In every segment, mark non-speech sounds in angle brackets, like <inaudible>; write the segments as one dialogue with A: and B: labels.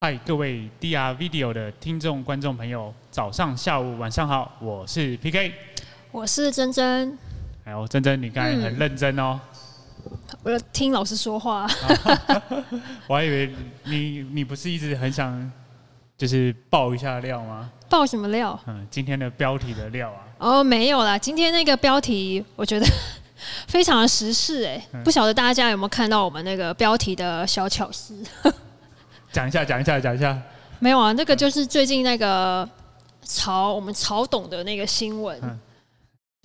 A: 嗨，各位 DR Video 的听众、观众朋友，早上、下午、晚上好，我是 PK。
B: 我是珍珍，
A: 哎呦，珍珍，你刚才
B: 嗯
A: 很认真哦，
B: 我要听老师说话。 <laughs>
A: 我还以为你你不是一直很想就是爆一下料吗？
B: 爆什么料？
A: 嗯，今天的标题的料啊，
B: 哦，没有啦，今天那个标题我觉得 <laughs> 非常的时事哎、不晓得大家有没有看到我们那个标题的小巧思？
A: 讲一下，讲一下，讲一下。
B: 没有啊，那个就是最近那个曹我们曹董的那个新闻。
A: 嗯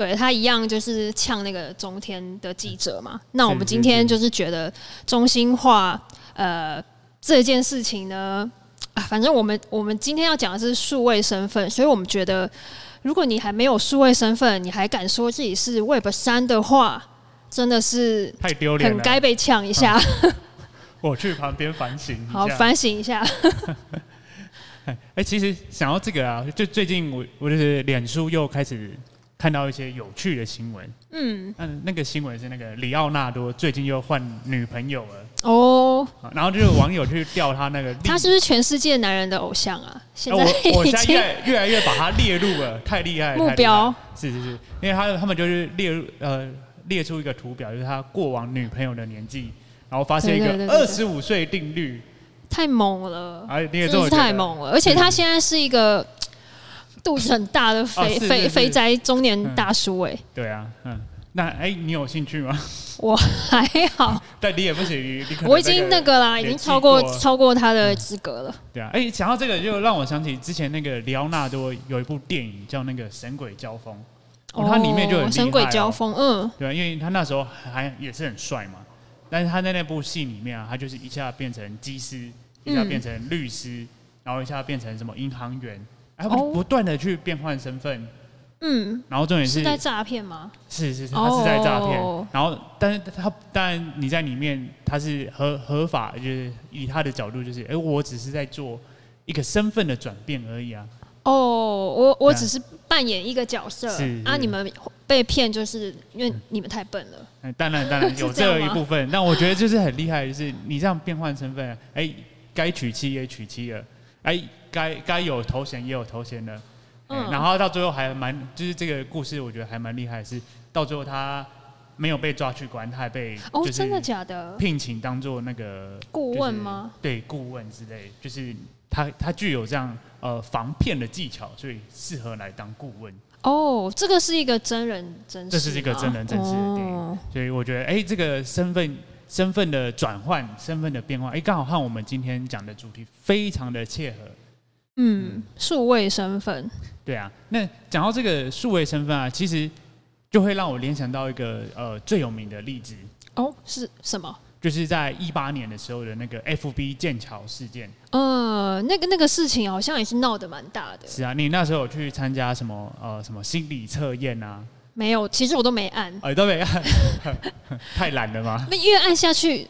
B: 对他一样就是呛那个中天的记者嘛。那我们
A: 是
B: 今天就是觉得中心化呃这件事情呢，啊，反正我们我们今天要讲的是数位身份，所以我们觉得，如果你还没有数位身份，你还敢说自己是 Web 三的话，真的是
A: 太丢脸
B: 很
A: 了，
B: 该被呛一下，
A: 我去旁边反省一
B: 好
A: 下。
B: 反省一下。
A: 哎、其实想到这个啊，就最近我我就是脸书又开始看到一些有趣的新闻。
B: 嗯，
A: 那那个新闻是那个里奥纳多最近又换女朋友了，
B: 哦，
A: 啊然后就有网友去调他那个历，
B: 他是不是全世界男人的偶像啊？现
A: 哎
B: 在
A: 我
B: <laughs>
A: 我
B: 已
A: 现在
B: 经
A: 越来越来越把他列入了，太厉害了，
B: 目
A: 太厉害
B: 标
A: 是是是，因为他他们就是列入呃列出一个图表，就是他过往女朋友的年纪，然后发现一
B: 对
A: 个
B: 对对对
A: 二
B: 对
A: 十五岁定律，
B: 太猛了。
A: 哎，你也
B: 真
A: 这
B: 的
A: 么
B: 是
A: 觉得嗯
B: 太，猛了，而且他现在是一个肚子很大的肥、
A: 哦是是
B: 肥
A: 是嗯
B: 肥宅中年大叔哎、
A: 对啊，嗯，那哎、你有兴趣吗？ <laughs>
B: 我还好，
A: 但你也不行，你你可能
B: <laughs> 我已经那
A: <laughs>
B: 个啦，已经
A: 年纪
B: 超过
A: 嗯过了嗯
B: 超过他的资格了。
A: 对啊，哎、讲到这个就让我想起之前那个里奥纳多有一部电影叫那个《神鬼交锋》，哦，它里面就很厉害、哦、
B: 神鬼交锋，嗯，
A: 对啊，因为他那时候还也是很帅嘛，但是他在那部戏里面啊，他就是一下变成技师，
B: 嗯
A: 一下变成律师，然后一下变成什么银行员，哎，他
B: 哦
A: 不断的去变换身份，
B: 嗯，
A: 然后重点是
B: 是在诈骗吗？
A: 是是是，
B: 哦
A: 他是在诈骗，然后但是他当然你在里面他是合合法，就是以他的角度就是，哎、我只是在做一个身份的转变而已啊，
B: 哦，我我
A: 对啊
B: 只是扮演一个角色
A: 是
B: 啊，
A: 是
B: 你们被骗就是因为你们太笨了，
A: 嗯，当然当然
B: <laughs> 是
A: 有
B: 这样
A: 这一
B: 吗
A: 部分，但我觉得就是很厉害，就是你这样变换身份，哎，该娶妻也娶妻了，哎，该该有头衔也有头衔了，嗯，
B: 嗯
A: 然后到最后还蛮，就是这个故事我觉得还蛮厉害，是到最后他没有被抓去关，他还被
B: 哦，
A: 就是
B: 真的假的？
A: 聘请当做那个
B: 顾
A: 就是
B: 问吗？
A: 对，顾问之类，就是他他具有这样呃防骗的技巧，所以适合来当顾问。
B: 哦，这个是一个真人真事吗，
A: 这是一个真人真事的电影
B: 哦
A: 所以我觉得，哎、这个身份身份的转换、身份的变化，哎、刚好和我们今天讲的主题非常的切合。
B: 嗯，数位身份，
A: 对啊，那讲到这个数位身份啊，其实就会让我联想到一个呃最有名的例子，
B: 哦，是什么？
A: 就是在一八年的时候的那个 FB 剑桥事件。
B: 呃，那个那个事情好像也是闹得蛮大的。
A: 是啊，你那时候有去参加什么呃什么心理测验啊？
B: 没有，其实我都没按，
A: 耳朵
B: <laughs>
A: 没按， <laughs> 太懒了吗？
B: 那因为按下去，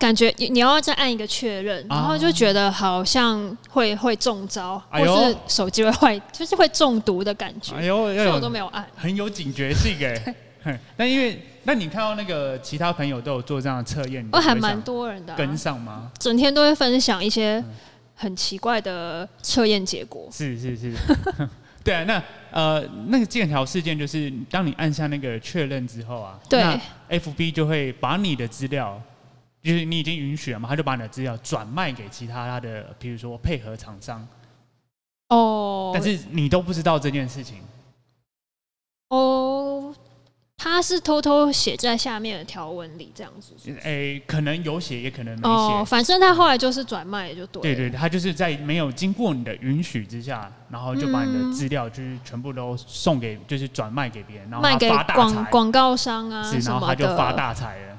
B: 感觉你你要再按一个确认，
A: 啊
B: 然后就觉得好像会会中招，
A: 哎
B: 或
A: 呦
B: 是手机会坏，就是会中毒的感觉。
A: 哎呦，
B: 所以
A: 要
B: 我
A: 有
B: 都没有按。
A: 很有警觉性
B: <laughs>
A: 哎。哼那因为，那你看到那个其他朋友都有做这样的测验，你
B: 我哦还
A: 会
B: 蛮
A: 想
B: 多人的啊、
A: 跟上吗？
B: 整天都会分享一些很奇怪的测验结果。
A: 是是是， <laughs> 对啊。那呃，那个剑桥事件就是，当你按下那个确认之后啊，
B: 对
A: 那，FB 就会把你的资料，就是你已经允许了嘛，他就把你的资料转卖给其他他的，比如说配合厂商，
B: 哦，
A: 但是你都不知道这件事情。
B: 哦，他是偷偷写在下面的条文里这样子。
A: 诶、欸可能有写，也可能没写。
B: 哦，反正他后来就是转卖也就对了。
A: 对对，他就是在没有经过你的允许之下，然后就把你的资料就是全部都送给，就是转卖给别人，然后
B: 卖
A: 他
B: 给
A: 发大
B: 广
A: 财，
B: 广告商啊
A: 是，
B: 什
A: 然后
B: 么
A: 他就
B: 的。
A: 发大财了。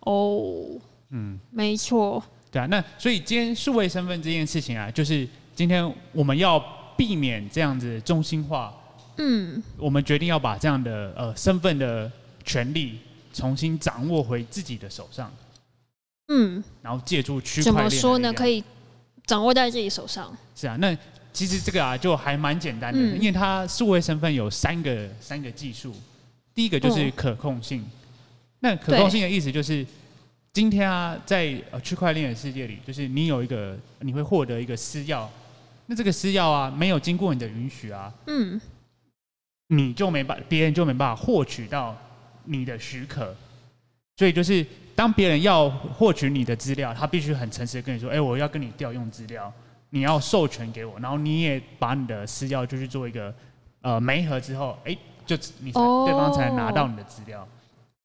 B: 哦，
A: 嗯，
B: 没错，
A: 对啊，那所以今天数位身份这件事情啊，就是今天我们要避免这样子中心化，
B: 嗯，
A: 我们决定要把这样的呃身份的权利重新掌握回自己的手上，
B: 嗯，
A: 然后借助区块
B: 怎
A: 链的
B: 么说
A: 力
B: 呢？
A: 量
B: 可以掌握在自己手上。
A: 是啊，那其实这个啊就还蛮简单的，
B: 嗯
A: 因为它数位身份有三个三个技术，第一个就是可控性。那可控性的意思就是，今天啊，在呃区块链的世界里，就是你有一个，你会获得一个私钥，那这个私钥啊，没有经过你的允许啊，
B: 嗯，
A: 你就没办，别人就没办法获取到你的许可。所以就是，当别人要获取你的资料，他必须很诚实的跟你说：“哎、我要跟你调用资料，你要授权给我，然后你也把你的私钥就去做一个呃媒合之后，哎、就你才、
B: 哦
A: 对方才能拿到你的资料。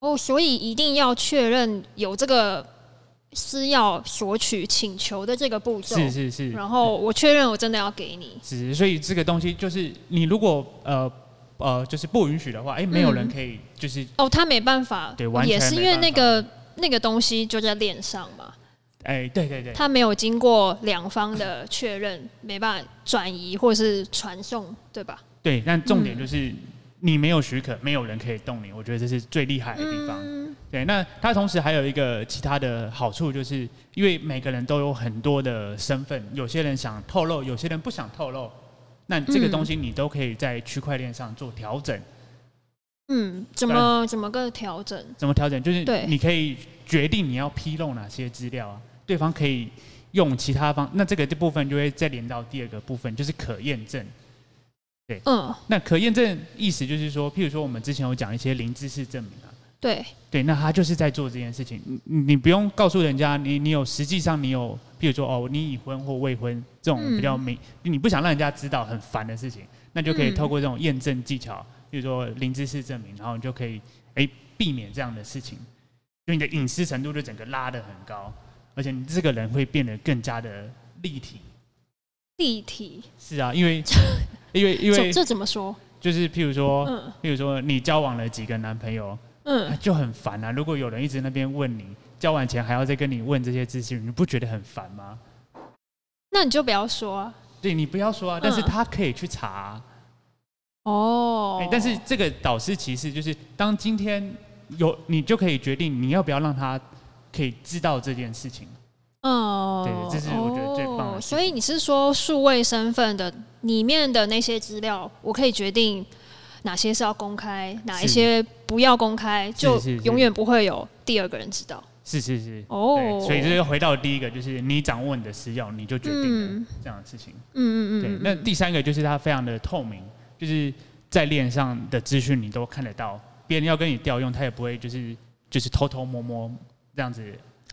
B: 哦，所以一定要确认有这个私钥索取请求的这个步骤，
A: 是是是，
B: 然后我确认我真的要给你，
A: 是，所以这个东西就是你如果呃呃就是不允许的话，哎、没有人可以就是
B: 哦，他没办法，
A: 对完全
B: 也是因为
A: 没
B: 那个那个东西就在链上嘛，
A: 哎、对对对，
B: 他没有经过两方的确认，没办法转移或是传送，对吧？
A: 对，但重点就是你没有许可，没有人可以动你，我觉得这是最厉害的地方。对，那它同时还有一个其他的好处，就是因为每个人都有很多的身份，有些人想透露，有些人不想透露。那这个东西你都可以在区块链上做调整，
B: 嗯，怎么怎么个调整？
A: 怎么调整？就是
B: 对
A: 你可以决定你要披露哪些资料啊，对方可以用其他方。那这个部分就会再连到第二个部分，就是可验证。
B: 嗯，
A: 那可验证意思就是说，譬如说我们之前有讲一些零知识证明啊，
B: 对，
A: 对，那他就是在做这件事情。你你你不用告诉人家你你有，实际上你有，譬如说哦，你已婚或未婚这种
B: 嗯
A: 比较明，你不想让人家知道很烦的事情，那就可以
B: 嗯
A: 透过这种验证技巧，比如说零知识证明，然后你就可以哎、避免这样的事情，就你的隐私程度就整个拉得很高，而且你这个人会变得更加的立体。
B: 立体，
A: 是啊，因
B: <laughs>
A: 为因为哦因
B: 这
A: 为
B: 这怎么说？
A: 就是譬如说，
B: 嗯
A: 譬如说你交往了几个男朋友，啊
B: 嗯，
A: 就很烦啊！如果有人一直那边问你，交往前还要再跟你问这些资讯，你不觉得很烦吗？
B: 那你就不要说啊。
A: 对你不要说啊，但是
B: 嗯
A: 他可以去查啊、
B: 哦、
A: 哎但是这个导师歧视就是，当今天有你就可以决定你要不要让他可以知道这件事情。
B: 哦，
A: 对这是我觉得最棒的
B: 哦
A: 事情
B: 所以你是说数位身份的里面的那些资料，我可以决定哪些是要公开，哪一些不要公开，就是
A: 是
B: 永远不会有第二个人知道。
A: 是是是，
B: 哦
A: 对，所以这就回到第一个，就是你掌握你的私钥，你就决定
B: 嗯
A: 了这样的事情。
B: 嗯
A: 对
B: 嗯，嗯
A: 那第三个就是它非常的透明，就是在链上的资讯你都看得到，别人要跟你调用，他也不会就是就是偷偷摸摸这样子。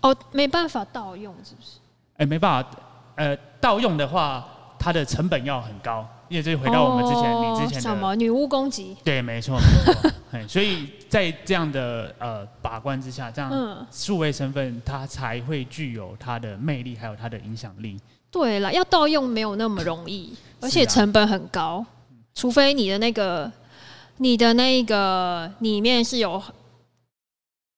B: 哦，没办法盗用，是不是？
A: 哎、没办法，呃，盗用的话，它的成本要很高，因为这回到我们之前、
B: 哦
A: 你之前
B: 什
A: 的
B: 么女巫攻击？
A: 对，没错，没错。嘿所以在这样的呃把关之下，这样
B: 嗯，
A: 数位身份它才会具有它的魅力，还有它的影响力。
B: 对了，要盗用没有那么容易，而且
A: 是啊
B: 成本很高，除非你的那个、你的那个里面是有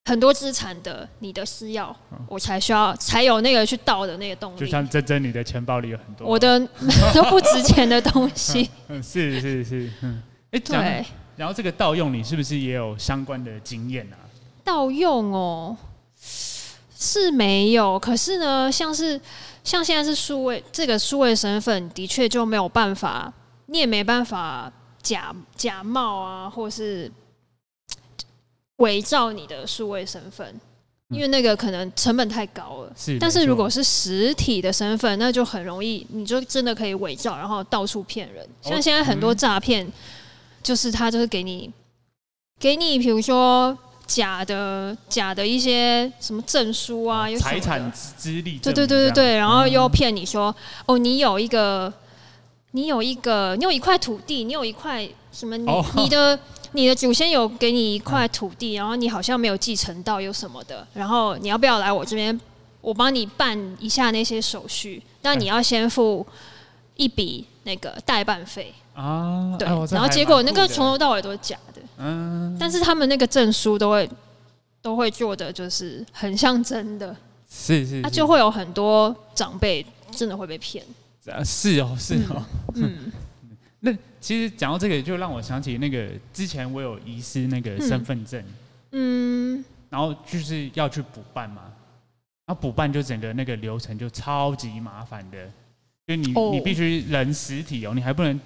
B: 很多资产的，你的私钥，我才需要才有那个去盗的那个动
A: 嗯就
B: 力。
A: 像珍珍，你的钱包里有很多，
B: 我的 <laughs> 都不值钱的东
A: <laughs>
B: 西，
A: 嗯是是是，嗯，哎、讲
B: 对，
A: 然后这个盗用，你是不是也有相关的经验啊？
B: 盗用哦。是没有，可是呢，像是像现在是数位这个数位身份，的确就没有办法，你也没办法假假冒啊，或是伪造你的数位身份，因为那个可能成本太高了。
A: 是
B: 但
A: 没
B: 是
A: 错
B: 如果是实体的身份，那就很容易，你就真的可以伪造，然后到处骗人。
A: 哦
B: 像现在很
A: 嗯
B: 多诈骗，就是他就是给你给你，比如说假的假的一些什么证书啊，有什么
A: 哦财
B: 的
A: 产资资历
B: 对
A: 证明这啊样，嗯
B: 对对对对，然后又骗你说，哦，你有一个，你有一个，你有一块土地，你有一块什么你，你、
A: 哦嗯
B: 的
A: <laughs>
B: 你的祖先有给你一块土地，然后你好像没有继承到，有什么的，然后你要不要来我这边，我帮你办一下那些手续，但
A: 嗯
B: 你要先付一笔那个代办费，
A: 啊，
B: 对，
A: 哎我这
B: 然后
A: 还
B: 结果
A: 蛮
B: 那
A: 酷
B: 个
A: 的
B: 从头到尾都是假的，
A: 嗯
B: 但是他们那个证书都会都会做的就是很像真的。
A: 是是，
B: 那
A: 是
B: 啊就会有很多长辈真的会被骗。
A: 啊是哦是哦。 <laughs>
B: 嗯，
A: 那其实讲到这个，就让我想起那个之前我有遗失那个身份证，
B: 嗯，
A: 然后就是要去补办嘛，然后补办就整个那个流程就超级麻烦的，就你、
B: 哦
A: 你必须人实体哦，你还不能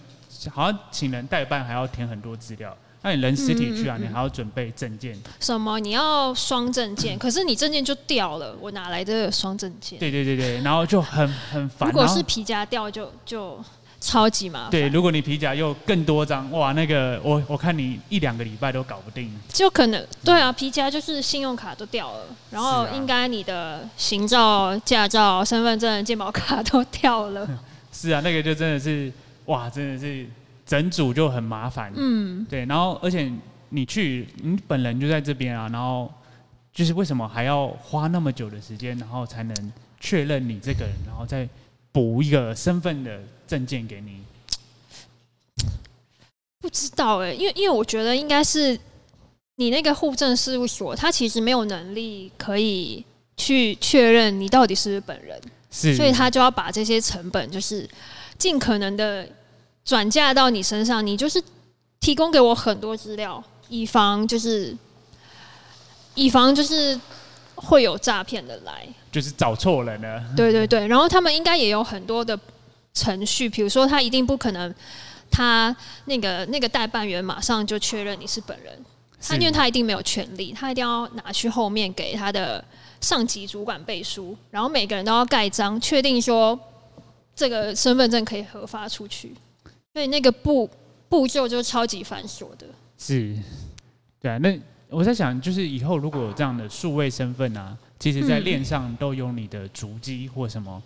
A: 好像请人代办，还要填很多资料，那你人实体
B: 嗯
A: 去啊，你还要准备证件。
B: 什么你要双证件，可是你证件就掉了，我哪来的双证件？
A: 对对对对，然后就很很烦。
B: 如果
A: 然后
B: 是皮夹掉就就超级麻烦，
A: 对，如果你皮夹又更多张，哇，那个我我看你一两个礼拜都搞不定。
B: 就可能对啊，皮夹就是信用卡都掉了，然后
A: 是啊
B: 应该你的行照、驾照、身份证、健保卡都掉了，
A: <laughs> 是啊，那个就真的是哇，真的是整组就很麻烦。嗯，对，然后而且你去，你本人就在这边啊，然后就是为什么还要花那么久的时间，然后才能确认你这个人，然后再补一个身份的证件给你？
B: 不知道哎、因为因为我觉得应该是你那个户政事务所，他其实没有能力可以去确认你到底是不是本人。
A: 是，
B: 所以他就要把这些成本就是尽可能的转嫁到你身上，你就是提供给我很多资料，以防就是以防就是会有诈骗的来，
A: 就是找错人了。
B: 对对对，然后他们应该也有很多的程序，比如说他一定不可能他那个那个代办员马上就确认你是本人，他
A: 是
B: 因为他一定没有权利，他一定要拿去后面给他的上级主管背书，然后每个人都要盖章，确定说这个身份证可以核发出去。所以那个步步骤就超级繁琐的。
A: 是，对啊。那我在想，就是以后如果有这样的数位身份啊，其实在
B: 嗯
A: 链上都有你的足迹或什么，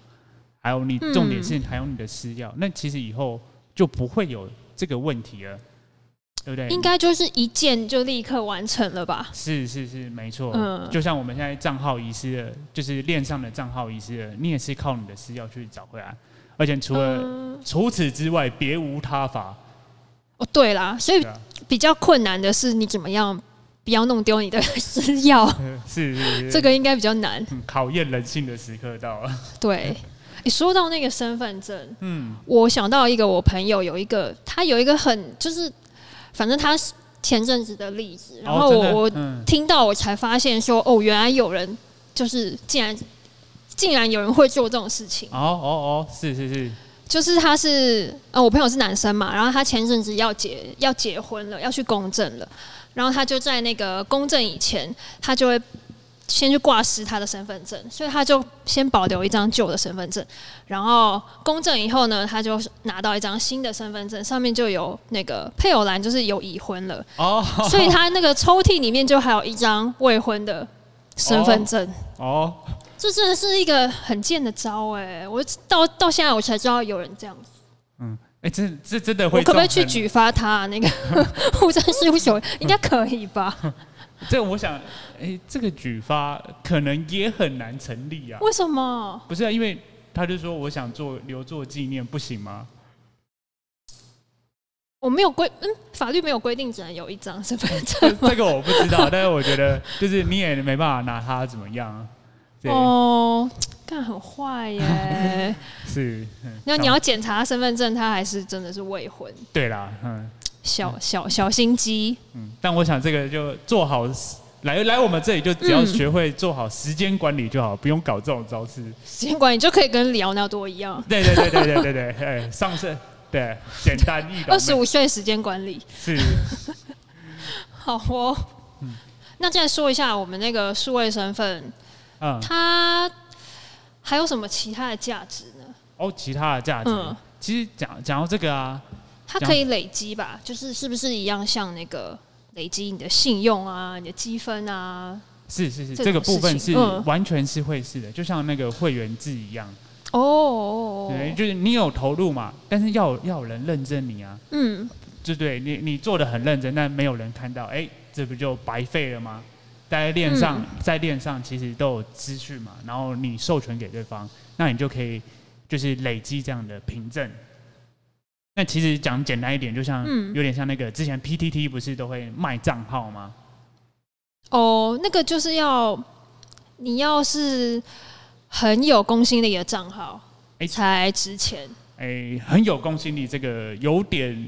A: 还有你重点
B: 嗯
A: 是还有你的私钥，那其实以后就不会有这个问题了，对不对？
B: 应该就是一键就立刻完成了吧？
A: 是是是，没错。
B: 嗯
A: 就像我们现在账号遗失了，就是链上的账号遗失了，你也是靠你的私钥去找回来，而且除了、
B: 嗯，
A: 除此之外，别无他法。
B: 哦，对啦，所以
A: 对啊，
B: 比较困难的是你怎么样不要弄丢你的 <laughs> 私钥，
A: 是是是，
B: 这个应该比较难。
A: 嗯考验人性的时刻到了。
B: 对，你说到那个身份证，
A: 嗯，
B: 我想到一个我朋友有一个，他有一个很就是，反正他是前阵子的例子，然后
A: 哦真
B: 我、
A: 的
B: 我
A: 嗯
B: 听到我才发现说，哦，原来有人就是竟然竟然有人会做这种事情。
A: 哦哦哦，是是是，
B: 就是他是呃，我朋友是男生嘛，然后他前阵子要结要结婚了，要去公证了，然后他就在那个公证以前，他就会先去挂失他的身份证，所以他就先保留一张旧的身份证，然后公证以后呢，他就拿到一张新的身份证，上面就有那个配偶栏，就是有已婚了，
A: 哦
B: 所以他那个抽屉里面就还有一张未婚的身份证。
A: 哦，
B: 这真的是一个很贱的招哎、我到到现在我才知道有人这样子
A: 哎、这这真的
B: 我
A: 会，
B: 可不可以去？举发他、啊那个 <laughs> 护政事务所应该可以吧？
A: 这我想，哎、这个举发可能也很难成立啊。
B: 为什么？
A: 不是、啊，因为他就说我想做留作纪念，不行吗？
B: 我没有规，嗯，法律没有规定只能有一张身份证
A: 这这个我不知道，但是我觉得就是你也没办法拿他怎么样啊。对，
B: 哦，干很坏 <laughs> 耶！
A: 是。嗯
B: 那你要检查身份证，他还是真的是未婚，
A: 对啦，嗯
B: 小小小心机。
A: 嗯，但我想这个就做好。来来，我们这里就只要学会做好时间管理就好，不用搞这种招式。
B: 时间管理就可以跟里奥纳多一样，
A: 对对对对对对对，哎，上次对简单易懂。
B: 二十五岁时间管理。
A: 是
B: 好哦，那再说一下我们那个数位身份，
A: 嗯
B: 它还有什么其他的价值呢？
A: 哦，其他的价值。
B: 嗯
A: 其实讲讲到这个啊，
B: 它可以累积吧，就是是不是一样像那个累积你的信用啊、你的积分啊？
A: 是是是，
B: 这
A: 这个
B: 种
A: 部分
B: 事情
A: 是
B: 嗯
A: 完全是会是的，就像那个会员制一样，
B: 哦
A: 对，就是你有投入嘛，但是要有要有人认证你啊，
B: 嗯，
A: 就对你你做的很认真，但没有人看到，哎、这不就白费了吗？在链上，
B: 嗯
A: 在链上其实都有资讯嘛，然后你授权给对方，那你就可以就是累积这样的凭证。那其实讲简单一点，就像、
B: 嗯
A: 有点像那个之前 PTT 不是都会卖账号吗？
B: 哦，那个就是要你要是很有公信力的账号
A: 哎
B: 才值钱，
A: 哎、很有公信力，这个有点，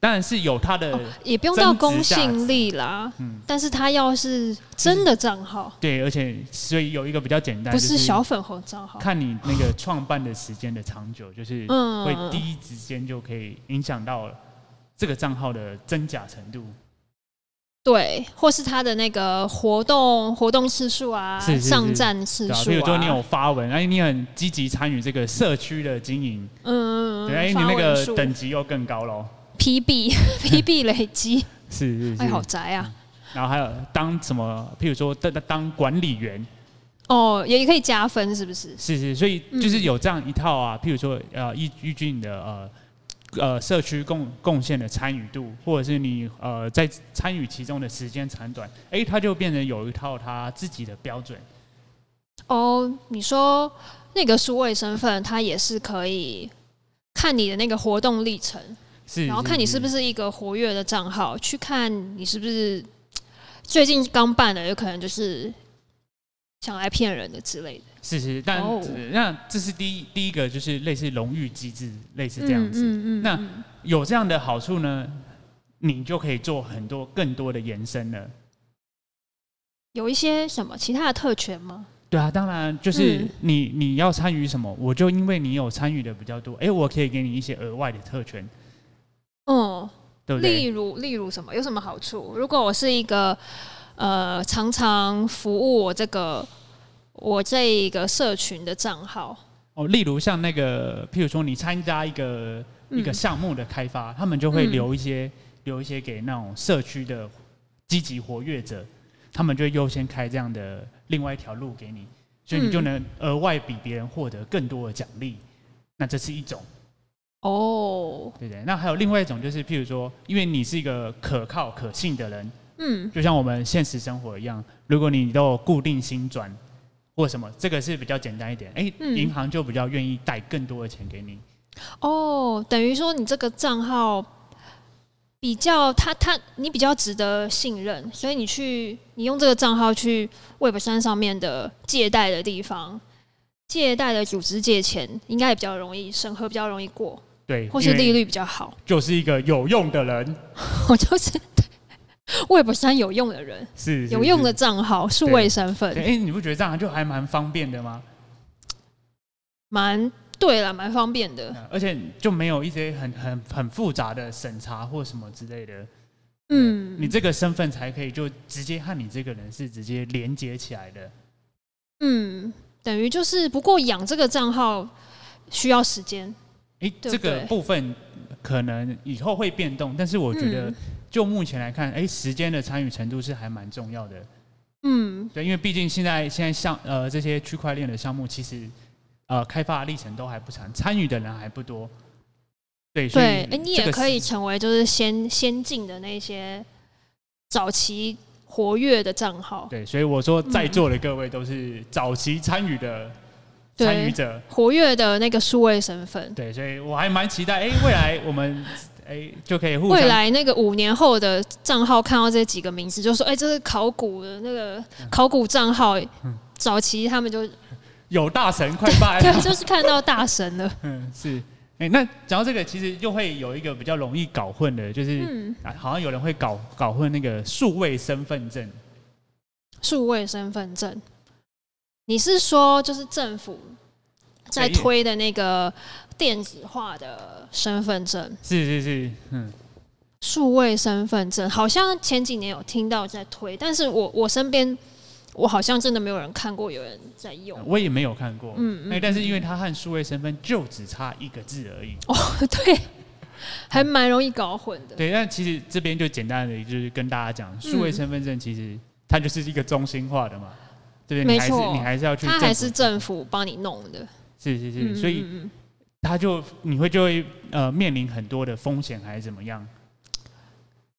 A: 当然是有它的、
B: 也不用到公信力啦。
A: 嗯
B: 但是它要是真的账号，
A: 对，而且所以有一个比较简单，嗯
B: 不
A: 就是
B: 小粉红账号，
A: 看你那个创办的时间的长久，就是
B: 嗯
A: 会第一时间就可以影响到这个账号的真假程度。
B: 对，或是他的那个活动活动次数啊，
A: 是是是
B: 上站次
A: 对啊，
B: 数
A: 比如说
B: 啊，
A: 你有发文，哎，你很积极参与这个社区的经营，
B: 嗯，
A: 对，哎，你
B: 发
A: 那
B: 文
A: 个
B: 数
A: 等级又更高喽。 <laughs>
B: PB PB 累积，
A: 是是是
B: 哎，，好宅啊！
A: 然后还有当什么，譬如说当当管理员，
B: 哦，也也可以加分，是不是？
A: 是是，所以
B: 嗯
A: 就是有这样一套啊，譬如说呃，依依据你的呃呃社区贡贡献的参与度，或者是你呃在参与其中的时间长短，哎、它就变成有一套它自己的标准。
B: 哦，你说那个数位身份，它也是可以看你的那个活动历程，
A: 是，
B: 然后看你是不
A: 是
B: 是一个活跃的账
A: 嗯
B: 号，去看你是不是最近刚办的，有可能就是想来骗人的之类的，
A: 是是，但、
B: 哦
A: 那这是第一第一个就是类似荣誉机制，类似这样子。
B: 嗯
A: 那有这样的好处呢，你就可以做很多更多的延伸了。
B: 有一些什么其他的特权吗？
A: 对啊，当然就是
B: 嗯
A: 你、你要参与什么，我就因为你有参与的比较多，哎、我可以给你一些额外的特权，
B: 嗯，
A: 对不
B: 例
A: 对？
B: 如例如什么有什么好处？如果我是一个呃常常服务我这个我这一个社群的账号，
A: 哦，例如像那个，譬如说你参加一个、一个项目的开发，他们就会
B: 嗯
A: 留一些、留一些给那种社区的积极活跃者，他们就会优先开这样的另外一条路给你，所以你就
B: 嗯
A: 能额外比别人获得更多的奖励。那这是一种，
B: 哦，
A: 对不对？那还有另外一种就是，譬如说，因为你是一个可靠可信的人，
B: 嗯，
A: 就像我们现实生活一样，如果你都有固定薪转或什么，这个是比较简单一点。哎、
B: 嗯
A: 银行就比较愿意贷更多的钱给你。
B: 哦，等于说你这个账号比较他他你比较值得信任，所以你去你用这个账号去 Web 三上面的借贷的地方。借贷的组织借钱应该也比较容易审核，比较容易过，
A: 对，
B: 或是利
A: 率
B: 率比较好。
A: 就是一个有用的人，
B: 我就是 Web 三有用的人，
A: 是
B: 有用。的
A: 是
B: 账号、数位身
A: 对哎、
B: 份，
A: 你不觉得这样就还蛮方便的吗？
B: 蛮对了，蛮方便的。
A: 呃而且就没有一些很很很复杂的审查或什么之类的。你
B: 嗯
A: 这个身份才可以就直接和你这个人是直接连接起来的。
B: 嗯，等于就是，不过养这个账号需要时间。
A: 哎、
B: 对
A: 这
B: 不
A: 个
B: 对
A: 部分可能以后会变动，但是我觉得
B: 嗯
A: 就目前来看，哎、时间的参与程度是还蛮重要的。
B: 嗯
A: 对，因为毕竟现在现在像呃这些区块链的项目，其实呃开发的历程都还不长，参与的人还不多。对，所以
B: 对，哎，你
A: 这
B: 也
A: 个
B: 可以
A: 是
B: 成为就是先先进的那些早期活跃的账号，
A: 对，所以我说在座的各位都是早期参与的
B: 对
A: 参与者。
B: 活跃的那个数位身份。
A: 对，所以我还蛮期待，哎、未来我们哎、就可以互
B: 未
A: 相
B: 来那个五年后的账号看到这几个名字，就说：“哎、这是考古的那个
A: 嗯
B: 考古账号。早期他们就。
A: 有大神快拜
B: <laughs> 对，就是看到大神了。
A: 嗯，是。哎、那讲到这个，其实就会有一个比较容易搞混的，就是、
B: <laughs> 嗯，
A: 啊，好像有人会搞搞混那个数位身份证。
B: 数位身份证，你是说就是政府在
A: 对因为
B: 推的那个电子化的身份证？
A: 是是是，嗯，
B: 数位身份证好像前几年有听到在推，但是我我身边我好像真的没有人看过有人在用。
A: 我也没有看过。
B: 嗯
A: 哎、但是因为它和数位身份就只差一个字而已。
B: 哦 <laughs> 对，还蛮容易搞混的。
A: 对，但其实这边就简单的就是跟大家讲，数
B: 嗯
A: 位身份证其实它就是一个中心化的嘛，对不对？你
B: 没
A: 还是
B: 错
A: 你还是要去政
B: 它
A: 府，
B: 还是政府帮你弄的，
A: 是是是，
B: 嗯
A: 所以
B: 嗯嗯
A: 它就你会就会呃面临很多的风险还是怎么样？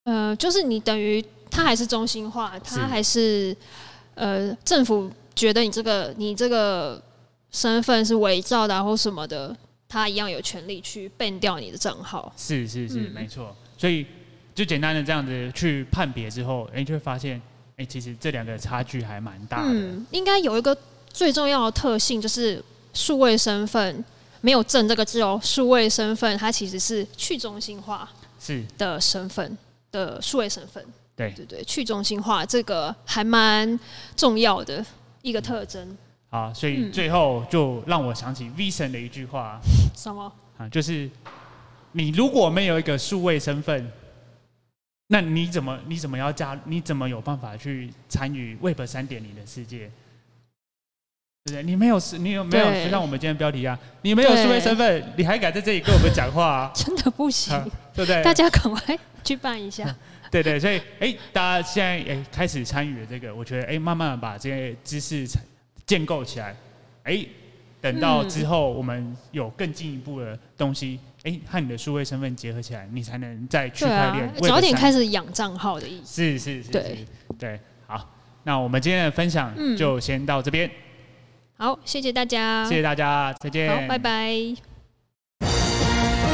B: 嗯呃，就是你等于它还是中心化，
A: 是
B: 它还是呃政府觉得你这个你这个身份是伪造的、啊、或什么的，他一样有权利去 ban 掉你的账号。
A: 是是是，
B: 嗯
A: 没错。所以就简单的这样子去判别之后，哎、就会发现，哎、其实这两个差距还蛮大的。
B: 嗯，应该有一个最重要的特性就是数位身份。没有“证”这个字哦，数位身份它其实是去中心化
A: 是，
B: 的身份的数位身份。
A: 对。
B: 对对，去中心化这个还蛮重要的一个特征。
A: 好，所
B: 嗯
A: 以最后就让我想起 V 神的一句话
B: 什么？
A: 啊，就是你如果没有一个数位身份，那你怎么你怎么要加？你怎么有办法去参与 Web 三点零的世界？对不对？你没有是，你有没有？
B: 对
A: 就像我们今天的标题一样，你没有
B: 对，
A: 数位身份，你还敢在这里跟我们讲话、啊 <laughs>
B: <laughs> 真的不行，
A: 啊嗯对不对？
B: 大家赶快去办一下。
A: 对对，所以哎，大家现在哎开始参与了这个，我觉得哎，慢慢地把这些知识才建构起来，哎，等到
B: 嗯
A: 之后我们有更进一步的东西，哎，和你的数位身份结合起来，你才能在区
B: 对
A: 块
B: 啊
A: 链、，
B: 早点开
A: 始，
B: 始养账号的意思。
A: 是是是，
B: 对
A: 是对，好，那我们今天的分享
B: 嗯
A: 就先到这边，
B: 好，谢谢大家，
A: 谢谢大家，再见，
B: 好，拜。拜。